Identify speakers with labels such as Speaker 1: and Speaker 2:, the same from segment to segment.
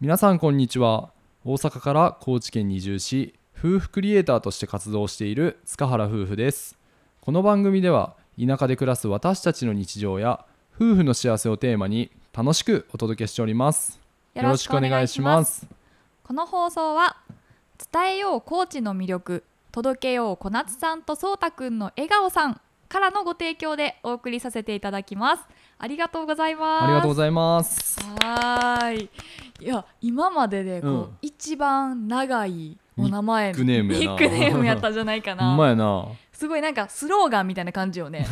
Speaker 1: 皆さんこんにちは大阪から高知県に移住し夫婦クリエイターとして活動している塚原夫婦ですこの番組では田舎で暮らす私たちの日常や夫婦の幸せをテーマに楽しくお届けしておりますよろしくお願いしますす
Speaker 2: この放送は伝えよう高知の魅力届けよう小夏さんとそうたくんの笑顔さんからのご提供でお送りさせていただきますありがとうございます
Speaker 1: ありがとうございます
Speaker 2: はーいいや今まででこう、
Speaker 1: うん
Speaker 2: 一番長いお名前
Speaker 1: ニックネームやな
Speaker 2: ニックネームやったじゃないか
Speaker 1: ほ
Speaker 2: な ん
Speaker 1: まやな
Speaker 2: すごいなんかスローガンみたいな感じ よね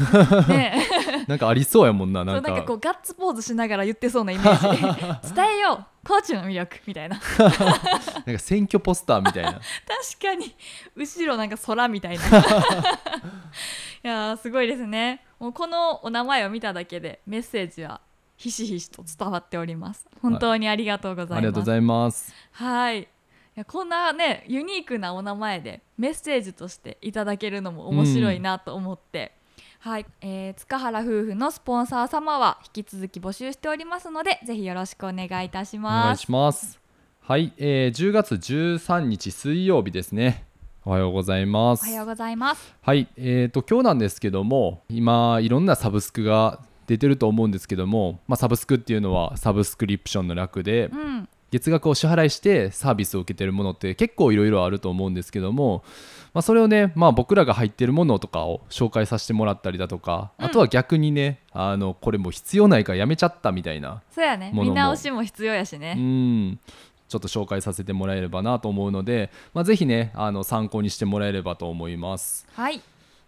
Speaker 2: ね
Speaker 1: なんかありそうやもんな
Speaker 2: そ
Speaker 1: な
Speaker 2: うん
Speaker 1: か
Speaker 2: なんかこうガッツポーズしながら言ってそうなイメー ジ伝えよう高知の魅力みたいな確
Speaker 1: なんか選挙ポスターみたいな
Speaker 2: かに後ろなんか空み たいないやーすごいですねもうこのお名前を見ただけでメッセージはひしひしと伝わっております本当にありがとうござ
Speaker 1: あ
Speaker 2: い
Speaker 1: り
Speaker 2: ま
Speaker 1: がとうご
Speaker 2: す
Speaker 1: ざいます
Speaker 2: はいいやこんなねユニークなお名前でメッセージとしていただけるのも面白いなと思って、はい、えー塚原夫婦のスポンサー様は引き続き募集しておりますのでぜひよろしくお願いいたし
Speaker 1: お願
Speaker 2: ま
Speaker 1: い
Speaker 2: す
Speaker 1: しますはい、えー10月13日水曜日ですねおはようございます
Speaker 2: おはようございます
Speaker 1: はい、えー、と今日なんですけども今いろんなサブスクが出てると思うんですけども、まあ、サブスクっていうのはサブスクリプションの略で
Speaker 2: うん
Speaker 1: 月額を支払いしてサービスを受けてるものって結構いろいろあると思うんですけども、まあ、それをね、まあ、僕らが入ってるものとかを紹介させてもらったりだとか
Speaker 2: うん
Speaker 1: あとは逆にねあのこれもう必要ないからやめちゃったみたいな
Speaker 2: そうやね
Speaker 1: ものも
Speaker 2: 見直しも必要やし
Speaker 1: う
Speaker 2: ね、
Speaker 1: んちょっと紹介させてもらえればなと思うので、まあ、ぜひねあの参考にしてもらえればと思います。
Speaker 2: はい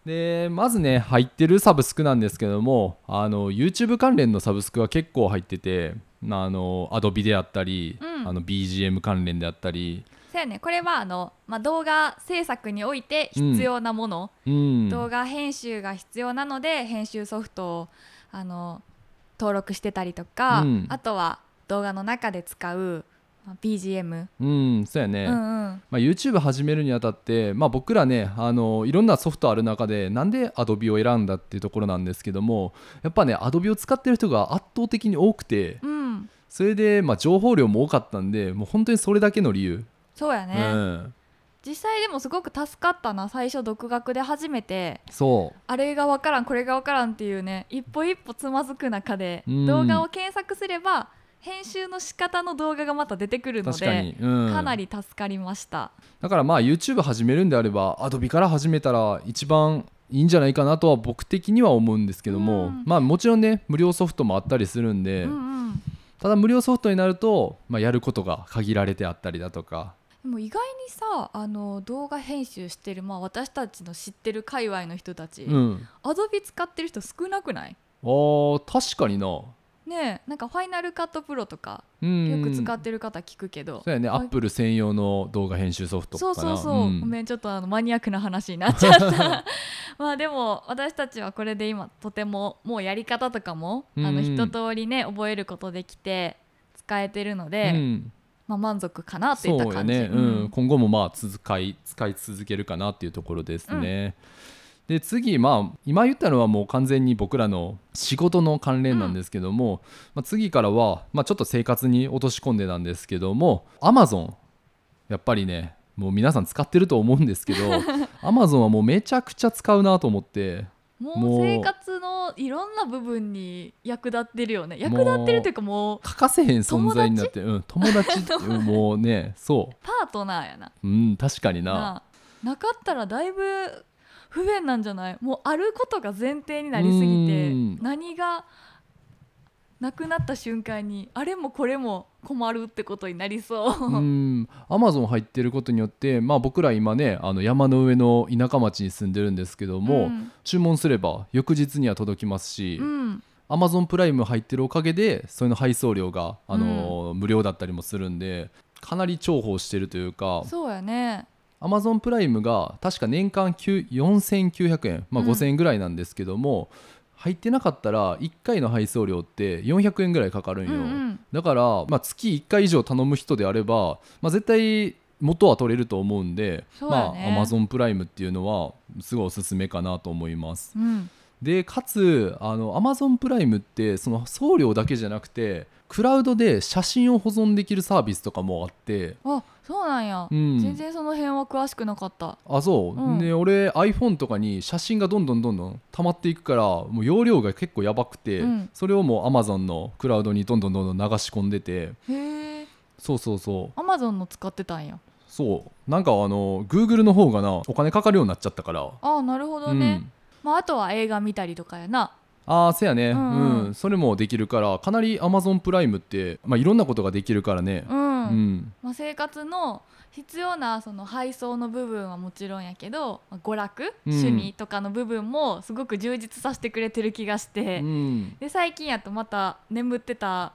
Speaker 1: でまずね入ってるサブスクなんですけどもあの YouTube 関連のサブスクが結構入っててあの Adobe であったり、
Speaker 2: うん
Speaker 1: あの BGM 関連であったり、
Speaker 2: そうやねこれはあの、まあ、動画制作において必要なもの、
Speaker 1: うん、
Speaker 2: 動画編集が必要なので編集ソフトをあの登録してたりとか、
Speaker 1: うん
Speaker 2: あとは動画の中で使うまあ BGM、
Speaker 1: うんそうやね、
Speaker 2: うんうん、
Speaker 1: まあ、YouTube 始めるにあたって、まあ、僕らねあのいろんなソフトある中でなんで Adobe を選んだっていうところなんですけどもやっぱね Adobe を使ってる人が圧倒的に多くて
Speaker 2: うん、
Speaker 1: それで、まあ、情報量も多かったんでもう本当にそれだけの理由、
Speaker 2: そうやね、
Speaker 1: うん、
Speaker 2: 実際でもすごく助かったな最初独学で初めて
Speaker 1: そう
Speaker 2: あれが分からんこれが分からんっていうね一歩一歩つまずく中で、
Speaker 1: うん
Speaker 2: 動画を検索すれば編集の仕方の動画がまた出てくるの
Speaker 1: 確か
Speaker 2: で
Speaker 1: に、うん、
Speaker 2: かなり助かりました、
Speaker 1: だからまあ YouTube 始めるんであれば Adobe から始めたら一番いいんじゃないかなとは僕的には思うんですけども、
Speaker 2: うん
Speaker 1: まあもちろんね無料ソフトもあったりするんで、
Speaker 2: うんうん
Speaker 1: ただ無料ソフトになると、まあ、やることが限られてあったりだとか
Speaker 2: でも意外にさあの動画編集してる、まあ、私たちの知ってる界隈の人たち、
Speaker 1: うん
Speaker 2: アドビ使ってる人少なくない
Speaker 1: あー確かになよ
Speaker 2: ねえなんかファイナルカットプロとかよく使ってる方聞くけど、
Speaker 1: そうやね
Speaker 2: あ
Speaker 1: アップル専用の動画編集ソフトか
Speaker 2: そ
Speaker 1: な
Speaker 2: うそうそう、
Speaker 1: ん
Speaker 2: ごめんちょっとあのマニアックな話になっちゃった まあでも私たちはこれで今とてももうやり方とかも、あ
Speaker 1: うんう
Speaker 2: の
Speaker 1: ん
Speaker 2: 一通りね覚えることできて使えてるので、
Speaker 1: うん
Speaker 2: まあ、満足かなとい
Speaker 1: そ
Speaker 2: った
Speaker 1: うや
Speaker 2: 感じ。
Speaker 1: ね、うん今後もまあ続かい使い続けるかなっていうところですね。で次、まあ、今言ったのはもう完全に僕らの仕事の関連なんですけども、まあ、次からは、まあ、ちょっと生活に落とし込んでなんですけども Amazon やっぱりねもう皆さん使ってると思うんですけど Amazon はもうめちゃくちゃ使うなと思って
Speaker 2: も
Speaker 1: も
Speaker 2: う
Speaker 1: う
Speaker 2: 生活のいろんな部分に役立ってるよね役立ってるというかもう
Speaker 1: 欠かせへん存在になってうん、友達ってもうねそ
Speaker 2: パートナーやな
Speaker 1: う、うん、確かにな。
Speaker 2: なあなかったらだいぶ不便なんじゃないもうあることが前提になりすぎて
Speaker 1: うん
Speaker 2: 何がなくなった瞬間にあれもこれも困るってことになりそう
Speaker 1: うん、アマゾン入ってることによって、まあ、僕ら今ねあの山の上の田舎町に住んでるんですけども、
Speaker 2: うん
Speaker 1: 注文すれば翌日には届きますし
Speaker 2: うん
Speaker 1: アマゾンプライム入ってるおかげでそれの配送料が、あのー無料だったりもするんでかなり重宝してるというか
Speaker 2: そうやね
Speaker 1: アマゾンプライムが確か年間9 4900円、まあ、
Speaker 2: うん
Speaker 1: 5000円ぐらいなんですけども、入ってなかったら1回の配送料って400円ぐらいかかるん
Speaker 2: うん
Speaker 1: よ。
Speaker 2: うん
Speaker 1: だから、まあ、月1回以上頼む人であれば、まあ、絶対元は取れると思うんで、
Speaker 2: そう
Speaker 1: ま
Speaker 2: だ
Speaker 1: あ
Speaker 2: ね
Speaker 1: Amazon プライムっていうのはすごいおすすめかなと思います。
Speaker 2: うん
Speaker 1: でかつあの Amazon プライムってその送料だけじゃなくてクラウドで写真を保存できるサービスとかもあって
Speaker 2: あそうなんや、
Speaker 1: うん
Speaker 2: 全然その辺は詳しくなかった
Speaker 1: あそう、
Speaker 2: うん
Speaker 1: で俺 iPhone とかに写真がどんどんどんどん溜まっていくからもう容量が結構やばくて、
Speaker 2: うん
Speaker 1: それをもう Amazon のクラウドにどんどんどんどん流し込んでて
Speaker 2: へえ
Speaker 1: そうそうそう
Speaker 2: アマゾンの使ってたんや
Speaker 1: そうなんかあの Google の方がなお金かかるようになっちゃったから
Speaker 2: ああなるほどね、まああとは映画見たりとかやな
Speaker 1: ああせやね、
Speaker 2: う
Speaker 1: うんん
Speaker 2: うん
Speaker 1: それもできるからかなり Amazon プライムって、まあ、いろんなことができるからね、
Speaker 2: うん、
Speaker 1: うん
Speaker 2: まあ、生活の必要なその配送の部分はもちろんやけどまあ娯楽、
Speaker 1: うん
Speaker 2: 趣味とかの部分もすごく充実させてくれてる気がし
Speaker 1: う
Speaker 2: て、
Speaker 1: ん
Speaker 2: で最近やとまた眠ってた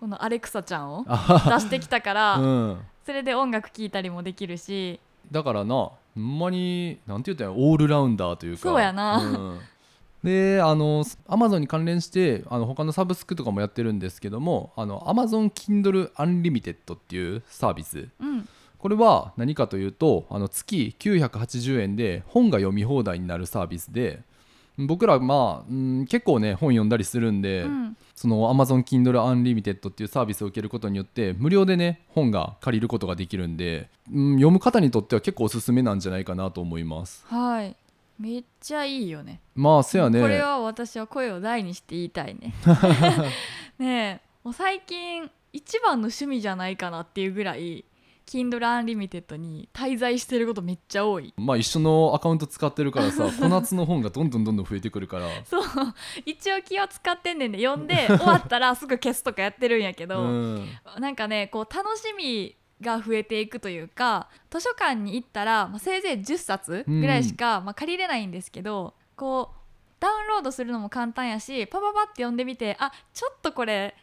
Speaker 2: このアレクサちゃんを
Speaker 1: あは
Speaker 2: 出
Speaker 1: は
Speaker 2: してきたから、
Speaker 1: うん、
Speaker 2: それで音楽聴いたりもできるし
Speaker 1: だからなほんまになんて言ったらオールラウンダーというか
Speaker 2: そうやな
Speaker 1: うんであのアマゾンに関連してあの他のサブスクとかもやってるんですけどもあの AmazonKindle Unlimited っていうサービス
Speaker 2: うん
Speaker 1: これは何かというとあの月980円で本が読み放題になるサービスで僕らまあ、うん結構ね本読んだりするんで、
Speaker 2: うん
Speaker 1: その Amazon Kindle Unlimited っていうサービスを受けることによって無料でね本が借りることができるんで、うん、読む方にとっては結構おすすめなんじゃないかなと思います
Speaker 2: はいめっちゃいいよね
Speaker 1: まあせやね
Speaker 2: これは私は声を大にして言いたい ねねえもう最近一番の趣味じゃないかなっていうぐらい Kindle Unlimited に滞在してることめっちゃ多い
Speaker 1: まあ一緒のアカウント使ってるから さ小夏の本がどんどんどんどん増えてくるから
Speaker 2: そう一応気を使ってんねんで読 んで終わったらすぐ消すとかやってるんやけど、
Speaker 1: うん
Speaker 2: なんかねこう楽しみが増えていくというか図書館に行ったら、まあ、せいぜい10冊ぐらいしか、まあ、借りれないんですけどこうダウンロードするのも簡単やしパパパって読んでみてあちょっとこれ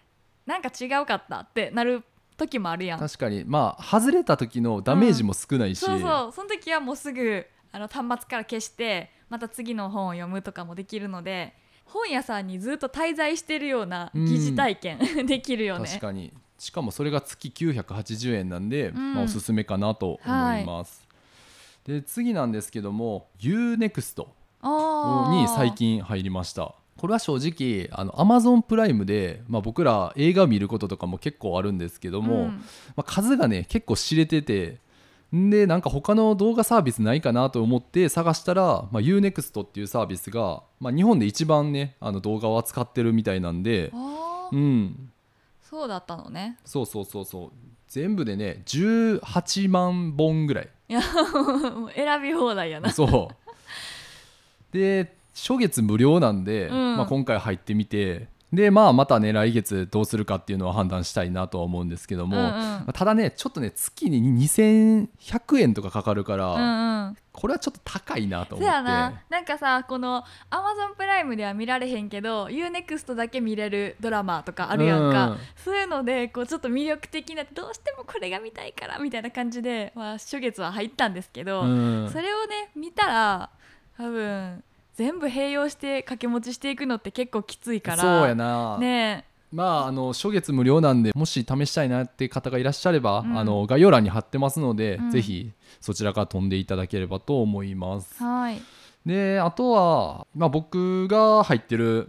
Speaker 2: なんか違うかったってなる時もあるやん
Speaker 1: 確かにまあ外れた時のダメージも少ないし、
Speaker 2: そうそうその時はもうすぐあの端末から消してまた次の本を読むとかもできるので本屋さんにずっと滞在してるような疑似体験、 できるよね。
Speaker 1: 確かにしかもそれが月980円なんで、
Speaker 2: ん
Speaker 1: まあ、おすすめかなと思います、で次なんですけども UNEXT
Speaker 2: あー
Speaker 1: に最近入りましたこれは正直あの Amazon プライムで、まあ、僕ら映画見ることとかも結構あるんですけども、
Speaker 2: うん
Speaker 1: まあ、数がね結構知れててんでなんか他の動画サービスないかなと思って探したら、まあ、UNEXT っていうサービスが、まあ、日本で一番ねあの動画を扱ってるみたいなんで、
Speaker 2: あー
Speaker 1: うん、
Speaker 2: そうだったのね。
Speaker 1: そうそうそうそう全部でね18万本ぐらい
Speaker 2: いや もう選び放題やな。
Speaker 1: そうで初月無料なんで、
Speaker 2: うん
Speaker 1: まあ、今回入ってみてでまあまたね来月どうするかっていうのは判断したいなとは思うんですけども、
Speaker 2: うんうん
Speaker 1: まあただねちょっとね月に2100円とかかかるから、
Speaker 2: うんうん、
Speaker 1: これはちょっと高いなと
Speaker 2: そ
Speaker 1: 思って
Speaker 2: やななんかさこのアマゾンプライムでは見られへんけど UNEXT だけ見れるドラマとかあるやんか、
Speaker 1: うん
Speaker 2: そういうのでこうちょっと魅力的などうしてもこれが見たいからみたいな感じで、まあ、初月は入ったんですけど、
Speaker 1: うん
Speaker 2: それをね見たら多分全部併用して掛け持ちしていくのって結構きついから
Speaker 1: そうやな、
Speaker 2: ね
Speaker 1: まああの初月無料なんでもし試したいなっていう方がいらっしゃれば、
Speaker 2: うん
Speaker 1: あの概要欄に貼ってますので、
Speaker 2: うん
Speaker 1: ぜひそちらから飛んでいただければと思います。
Speaker 2: はい
Speaker 1: であとは、まあ、僕が入ってる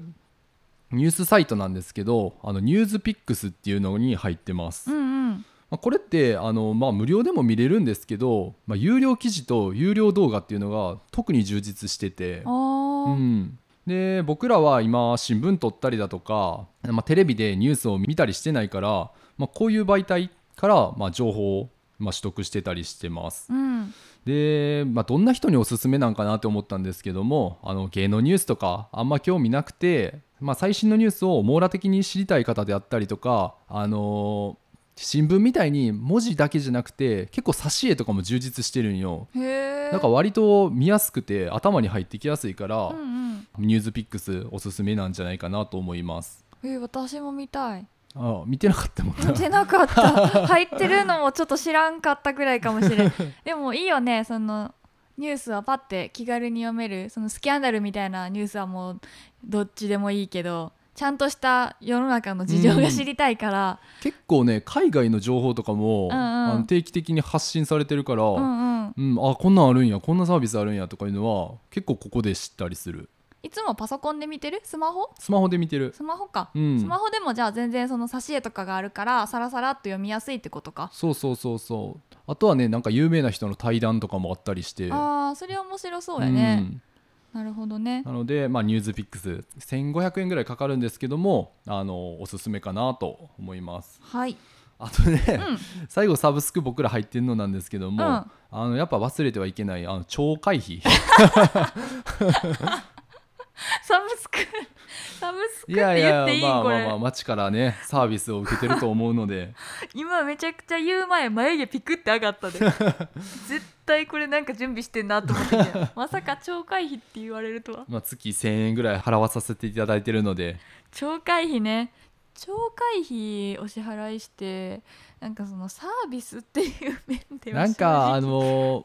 Speaker 1: ニュースサイトなんですけど「あのニュースピックスっていうのに入ってます。
Speaker 2: うんうん
Speaker 1: まあ、これってあの、まあ、無料でも見れるんですけど、まあ、有料記事と有料動画っていうのが特に充実してて。
Speaker 2: あー、
Speaker 1: うん、で僕らは今新聞取ったりだとか、まあ、テレビでニュースを見たりしてないから、まあ、こういう媒体から、まあ、情報を、まあ、取得してたりしてます
Speaker 2: うん
Speaker 1: で、まあ、どんな人におすすめなんかなって思ったんですけどもあの芸能ニュースとかあんま興味なくて、まあ、最新のニュースを網羅的に知りたい方であったりとかあのー新聞みたいに文字だけじゃなくて結構挿絵とかも充実してるんよ
Speaker 2: へえ
Speaker 1: なんか割と見やすくて頭に入ってきやすいから、
Speaker 2: うんうん
Speaker 1: ニュースピックスおすすめなんじゃないかなと思います。
Speaker 2: えー私も見たい
Speaker 1: あ見てなかったもんな
Speaker 2: 見。てなかった入ってるのもちょっと知らんかったぐらいかもしれ んでもいいよねそのニュースはパッて気軽に読めるそのスキャンダルみたいなニュースはもうどっちでもいいけどちゃんとした世の中の事情が知りたいから、
Speaker 1: 結構ね海外の情報とかも、
Speaker 2: うんうん
Speaker 1: あの定期的に発信されてるから、う
Speaker 2: うん
Speaker 1: ん
Speaker 2: うん
Speaker 1: あこんなんあるんやこんなサービスあるんやとかいうのは結構ここで知ったりする。
Speaker 2: いつもパソコンで見てるスマホ
Speaker 1: スマホで見てる
Speaker 2: スマホか、
Speaker 1: うん
Speaker 2: スマホでもじゃあ全然その挿絵とかがあるからサラサラっと読みやすいってことか、
Speaker 1: そうそうそうそうあとはねなんか有名な人の対談とかもあったりして
Speaker 2: あーそれ面白そうやね、なるほどね
Speaker 1: うんなので、まあ、ニューズピックス1500円ぐらいかかるんですけどもあのおすすめかなと思います
Speaker 2: はい
Speaker 1: あとね、
Speaker 2: うん
Speaker 1: 最後サブスク僕ら入ってるのなんですけども、
Speaker 2: うん
Speaker 1: あのやっぱ忘れてはいけないあの超回 避
Speaker 2: サブスク サブスクっ
Speaker 1: い
Speaker 2: て
Speaker 1: やい
Speaker 2: 言
Speaker 1: や
Speaker 2: っていい
Speaker 1: まあ
Speaker 2: こ
Speaker 1: ま
Speaker 2: れ、
Speaker 1: あまあ街からねサービスを受けてると思うの で
Speaker 2: 今めちゃくちゃ言う前眉毛ピクって上が ったで絶対これなんか準備してんなと思って てまさか超会費って言われるとは
Speaker 1: まあ月1000円ぐらい払わさせていただいてるので
Speaker 2: 超会費ね超会費お支払いしてなんかそのサービスっていう面では
Speaker 1: なんかあ
Speaker 2: 正直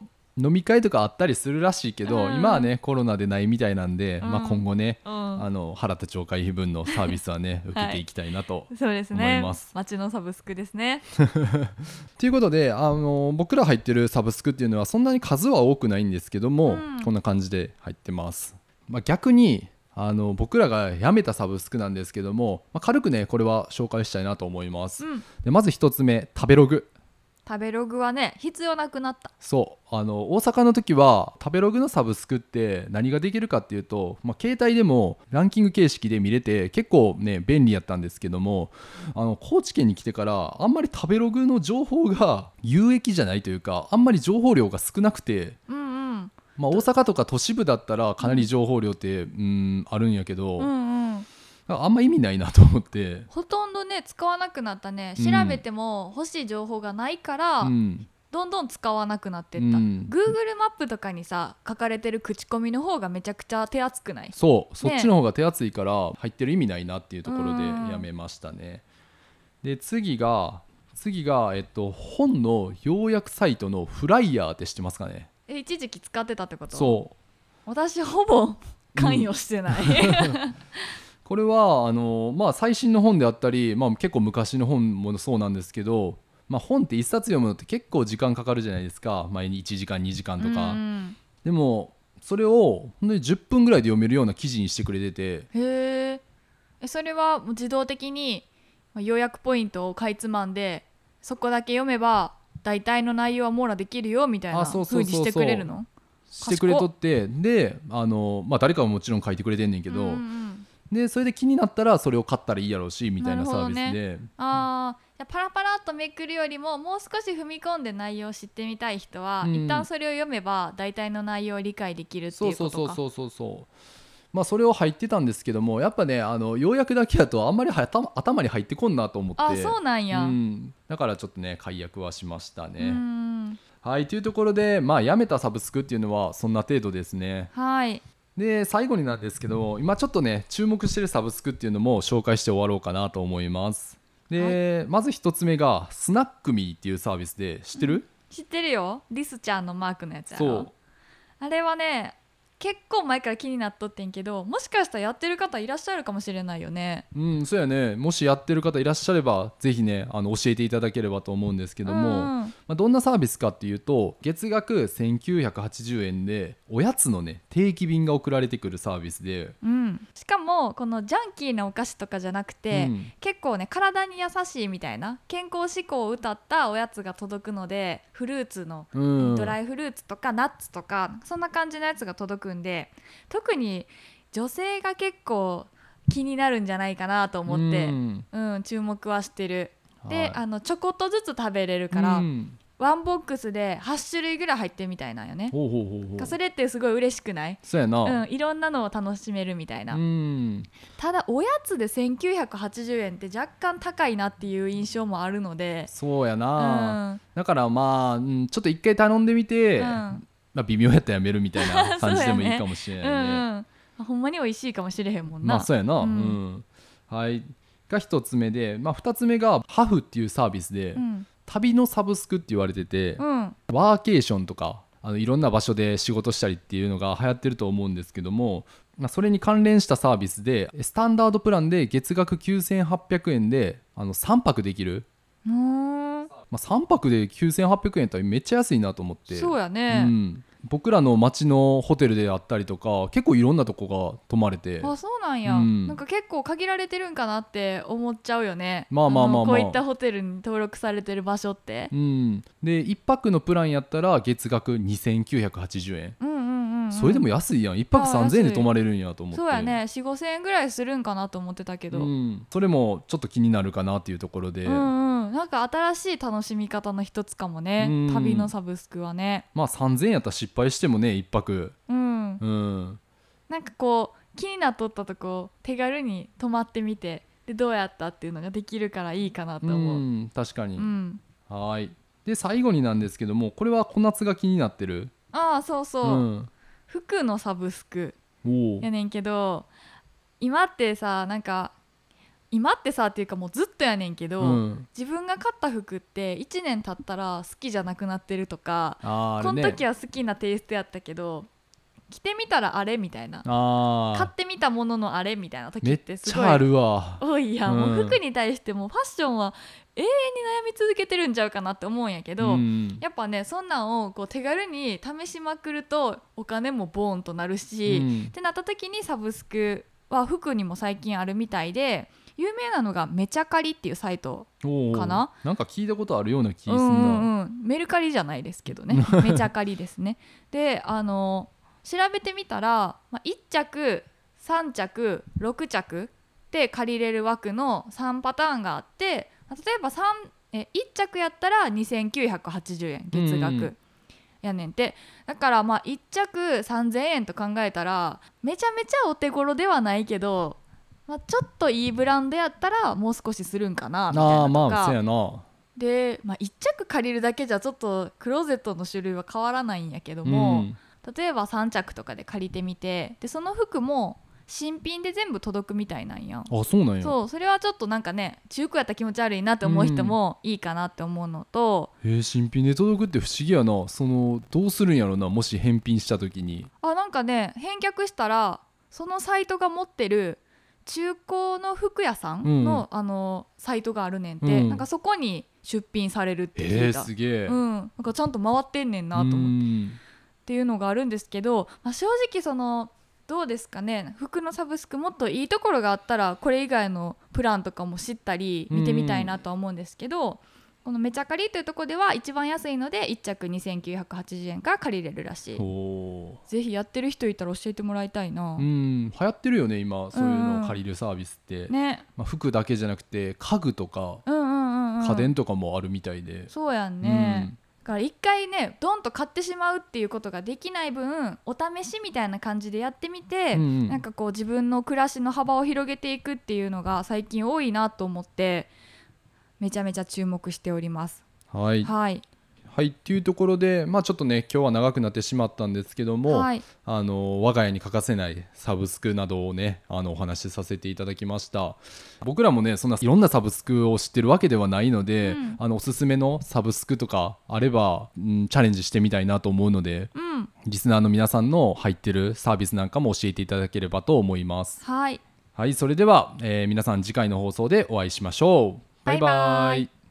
Speaker 1: の飲み会とかあったりするらしいけど、
Speaker 2: うん
Speaker 1: 今はねコロナでないみたいなんで、
Speaker 2: うん
Speaker 1: まあ、今後ね、
Speaker 2: うん
Speaker 1: あの払った懲戒費分のサービスは ね受けていきたいなと。
Speaker 2: そうです
Speaker 1: 思い
Speaker 2: ね
Speaker 1: ます
Speaker 2: 街のサブスクですね
Speaker 1: ということであの僕ら入ってるサブスクっていうのはそんなに数は多くないんですけども、
Speaker 2: うん
Speaker 1: こんな感じで入ってます。まあ、逆にあの僕らがやめたサブスクなんですけども、まあ、軽くねこれは紹介したいなと思います。
Speaker 2: うん
Speaker 1: でまず一つ目食べログ
Speaker 2: 食べログはね必要なくなった
Speaker 1: そうあの大阪の時は食べログのサブスクって何ができるかっていうと、まあ、携帯でもランキング形式で見れて結構ね便利やったんですけどもあの高知県に来てからあんまり食べログの情報が 有益じゃないというかあんまり情報量が少なくて、
Speaker 2: うんうん
Speaker 1: まあ、大阪とか都市部だったらかなり情報量ってうんあるんやけど、
Speaker 2: うんうん
Speaker 1: あんま意味ないなと思って。
Speaker 2: ほとんどね使わなくなったね
Speaker 1: うん
Speaker 2: 調べても欲しい情報がないから、
Speaker 1: うん、
Speaker 2: どんどん使わなくなってった、
Speaker 1: うん
Speaker 2: Google マップとかにさ書かれてる口コミの方がめちゃくちゃ手厚くない
Speaker 1: そうそっちの方が手厚いから入ってる意味ないなっていうところでやめましたね。で次が次が、えっと、本の要約サイトのフライヤーって知ってますかね
Speaker 2: え一時期使ってたってこと
Speaker 1: そう
Speaker 2: 私ほぼ関与してない、
Speaker 1: これはあの、まあ、最新の本であったり、まあ、結構昔の本もそうなんですけど、まあ、本って一冊読むのって結構時間かかるじゃないですか、まあ、1時間2時 間とか、
Speaker 2: うん
Speaker 1: でもそれを本当に10分ぐらいで読めるような記事にしてくれてて
Speaker 2: うんへーえそれはもう自動的にまあ要約ポイントをかいつまんでそこだけ読めば大体の内容は網羅できるよみたいな
Speaker 1: あそう
Speaker 2: 風
Speaker 1: そうそうそ
Speaker 2: に
Speaker 1: う
Speaker 2: してくれるの
Speaker 1: してくれとってであの、まあ、誰かはもちろん書いてくれてんねんけど、
Speaker 2: うんうんうん
Speaker 1: でそれで気になったらそれを買ったらいいやろうしみたいな
Speaker 2: なる
Speaker 1: サ
Speaker 2: ほ
Speaker 1: ー
Speaker 2: ど
Speaker 1: ビス
Speaker 2: ね
Speaker 1: で、
Speaker 2: あーじゃあパラパラっとめくるよりももう少し踏み込んで内容を知ってみたい人は、
Speaker 1: うん
Speaker 2: 一旦それを読めば大体の内容を理解できるって
Speaker 1: そ
Speaker 2: いうう
Speaker 1: そ
Speaker 2: こ
Speaker 1: うそ
Speaker 2: と
Speaker 1: う
Speaker 2: か
Speaker 1: そうそうそうまあそれを入ってたんですけどもやっぱねあの要約だけだとあんまりは頭頭に入ってこんなと思って
Speaker 2: あそうなんや、
Speaker 1: うんだからちょっとね解約はしました
Speaker 2: う
Speaker 1: ね、
Speaker 2: ん
Speaker 1: はいというところでまあやめたサブスクっていうのはそんな程度ですね
Speaker 2: はい
Speaker 1: で最後になんですけども今ちょっとね注目してるサブスクっていうのも紹介して終わろうかなと思いますで、まず一つ目がスナックミーっていうサービスで知ってる、
Speaker 2: 知ってるよリスちゃんのマークのやつやろ
Speaker 1: そう
Speaker 2: あれはね結構前から気になっとってんけどもしかしたらやってる方いらっしゃるかもしれないよね
Speaker 1: うん、そうやねもしやってる方いらっしゃればぜひねあの教えていただければと思うんですけども、
Speaker 2: うん
Speaker 1: ま
Speaker 2: うん
Speaker 1: あ、どんなサービスかっていうと月額1980円でおやつのね定期便が送られてくるサービスで、
Speaker 2: うんしかもこのジャンキーなお菓子とかじゃなくて、
Speaker 1: うん
Speaker 2: 結構ね体に優しいみたいな健康志向を歌ったおやつが届くのでフルーツの
Speaker 1: うん、
Speaker 2: ドライフルーツとかナッツとかそんな感じのやつが届くんで特に女性が結構気になるんじゃないかなと思って
Speaker 1: う、ん
Speaker 2: うん、注目はしてる。で、
Speaker 1: はい
Speaker 2: あのちょこっとずつ食べれるから、
Speaker 1: うん
Speaker 2: ワンボックスで8種類ぐらい入ってるみたいなんよね。
Speaker 1: ほうほうほうほう
Speaker 2: それってすごい嬉しくない、
Speaker 1: そうやな、
Speaker 2: うん、いろんなのを楽しめるみたいな、
Speaker 1: うん
Speaker 2: ただおやつで1980円って若干高いなっていう印象もあるので、
Speaker 1: そうや
Speaker 2: う
Speaker 1: な、
Speaker 2: ん
Speaker 1: だからまあ、うん、ちょっと一回頼んでみて、
Speaker 2: うん
Speaker 1: まあ、微妙やったらやめるみたいな感じでもいいかもしれ
Speaker 2: う
Speaker 1: なんいね。
Speaker 2: うん、ほんまに美味しいかもしれへんもんな。
Speaker 1: まあそうやな、
Speaker 2: う
Speaker 1: うんんはいが1つ目で、まあ、2つ目がハフっていうサービスで、
Speaker 2: うん
Speaker 1: 旅のサブスクって言われてて、
Speaker 2: うん
Speaker 1: ワーケーションとかあのいろんな場所で仕事したりっていうのが流行ってると思うんですけども、まあ、それに関連したサービスでスタンダードプランで月額9800円であの3泊できる、
Speaker 2: うーん
Speaker 1: まあ、3泊で9800円ってめっちゃ安いなと思って
Speaker 2: そうや
Speaker 1: う
Speaker 2: ね、
Speaker 1: ん僕らの町のホテルであったりとか結構いろんなとこが泊まれて
Speaker 2: あそうなんや、
Speaker 1: うん
Speaker 2: なんか結構限られてるんかなって思っちゃうよね
Speaker 1: まあまあまあまあ
Speaker 2: のこういったホテルに登録されてる場所って
Speaker 1: う、ん、で1泊のプランやったら月額2980円、
Speaker 2: うん、うんうんうん
Speaker 1: それでも安いやん1泊
Speaker 2: あ安
Speaker 1: 3000
Speaker 2: い
Speaker 1: 円で泊まれるんやと思って
Speaker 2: そうやね4 5千円ぐらいするんかなと思ってたけど、
Speaker 1: う
Speaker 2: うん
Speaker 1: ん、それもちょっと気になるかなっていうところで、
Speaker 2: うんなんか新しい楽しみ方の一つかもね、
Speaker 1: うん
Speaker 2: 旅のサブスクはね、
Speaker 1: まあ3000円やったら失敗してもね1泊
Speaker 2: うん、
Speaker 1: うん
Speaker 2: なんかこう気になっとったとこ手軽に泊まってみてでどうやったっていうのができるからいいかなと思う、うん
Speaker 1: うん確かに、はーいで最後になんですけどもこれは小夏が気になってる
Speaker 2: ああそうそう、
Speaker 1: ん、
Speaker 2: 服のサブスク
Speaker 1: おお
Speaker 2: やねんけど今ってさなんか今ってさっていうかもうずっとやねんけど、
Speaker 1: うん、
Speaker 2: 自分が買った服って1年経ったら好きじゃなくなってるとか、
Speaker 1: あーあ
Speaker 2: こ
Speaker 1: れね
Speaker 2: の時は好きなテイストやったけど着てみたらあれみたいな
Speaker 1: あ
Speaker 2: 買
Speaker 1: あ
Speaker 2: ってみたもののあれみたいな時
Speaker 1: め
Speaker 2: っ
Speaker 1: って
Speaker 2: す
Speaker 1: ち
Speaker 2: ご
Speaker 1: ゃあ
Speaker 2: い
Speaker 1: るわ
Speaker 2: 多いやん、もう
Speaker 1: うん
Speaker 2: 服に対してもファッションは永遠に悩み続けてるんちゃうかなって思うんやけど、
Speaker 1: ん
Speaker 2: やっぱねそんなんをこう手軽に試しまくるとお金もボーンとなるし、
Speaker 1: うん
Speaker 2: ってなった時にサブスクは服にも最近あるみたいで有名なのがメチャカリっていうサイト、
Speaker 1: おー
Speaker 2: かな
Speaker 1: なんか聞いたことあるような気す
Speaker 2: うんん
Speaker 1: な、
Speaker 2: うんうん、メルカリじゃないですけど ねメチャカリですね。であの調べてみたら、まあ、1着3着6着で借りれる枠の3パターンがあってまあ例えば3え1着やったら2980円月額。
Speaker 1: うんうん
Speaker 2: やねんてだからまあ1着3,000円と考えたらめちゃめちゃお手頃ではないけど、まあ、ちょっといいブランドやったらもう少しするんかなみたいな
Speaker 1: あ
Speaker 2: と
Speaker 1: あ
Speaker 2: か
Speaker 1: まあそうやな
Speaker 2: で、まあ、1着借りるだけじゃちょっとクローゼットの種類は変わらないんやけども、
Speaker 1: うん
Speaker 2: 例えば3着とかで借りてみてでその服も新品で全部届くみたいなんや
Speaker 1: あそうなんや
Speaker 2: そうそれはちょっとなんかね中古やったら気持ち悪いなって思う人もいいかなって思うのと、
Speaker 1: えー新品で届くって不思議やなそのどうするんやろなもし返品した時に
Speaker 2: あなんかね返却したらそのサイトが持ってる中古の服屋さんの、あのサイトがあるねんて、
Speaker 1: うん
Speaker 2: なんかそこに出品されるって
Speaker 1: え
Speaker 2: 聞
Speaker 1: ー、
Speaker 2: いた、
Speaker 1: すげえ、
Speaker 2: うん、なんかちゃんと回ってんねんなと思って。
Speaker 1: うん
Speaker 2: っていうのがあるんですけど、まあ、正直そのどうですかね服のサブスクもっといいところがあったらこれ以外のプランとかも知ったり見てみたいなとは思うんですけど、このめちゃ借りというところでは一番安いので1着2980円から借りれるらしい
Speaker 1: おお
Speaker 2: ぜひやってる人いたら教えてもらいたいな、
Speaker 1: うん流行ってるよね今そういうのを借りるサービスって、
Speaker 2: ね
Speaker 1: まあ、服だけじゃなくて家具とか
Speaker 2: うんうんうん、うん、
Speaker 1: 家電とかもあるみたいで、
Speaker 2: そうやんね、だから一回ねドンと買ってしまうっていうことができない分お試しみたいな感じでやってみて、
Speaker 1: うんうん
Speaker 2: なんかこう自分の暮らしの幅を広げていくっていうのが最近多いなと思ってめちゃめちゃ注目しております。
Speaker 1: はい
Speaker 2: はい、
Speaker 1: はいっていうところでまあちょっとね今日は長くなってしまったんですけども、
Speaker 2: はい、
Speaker 1: あの我が家に欠かせないサブスクなどをねあのお話しさせていただきました僕らもねそんないろんなサブスクを知ってるわけではないので、
Speaker 2: うん
Speaker 1: あのおすすめのサブスクとかあれば、うん、チャレンジしてみたいなと思うので
Speaker 2: うん、
Speaker 1: リスナーの皆さんの入ってるサービスなんかも教えていただければと思います
Speaker 2: はい、
Speaker 1: はいそれでは、えー皆さん次回の放送でお会いしましょうバイバ
Speaker 2: バイバ
Speaker 1: イ
Speaker 2: イ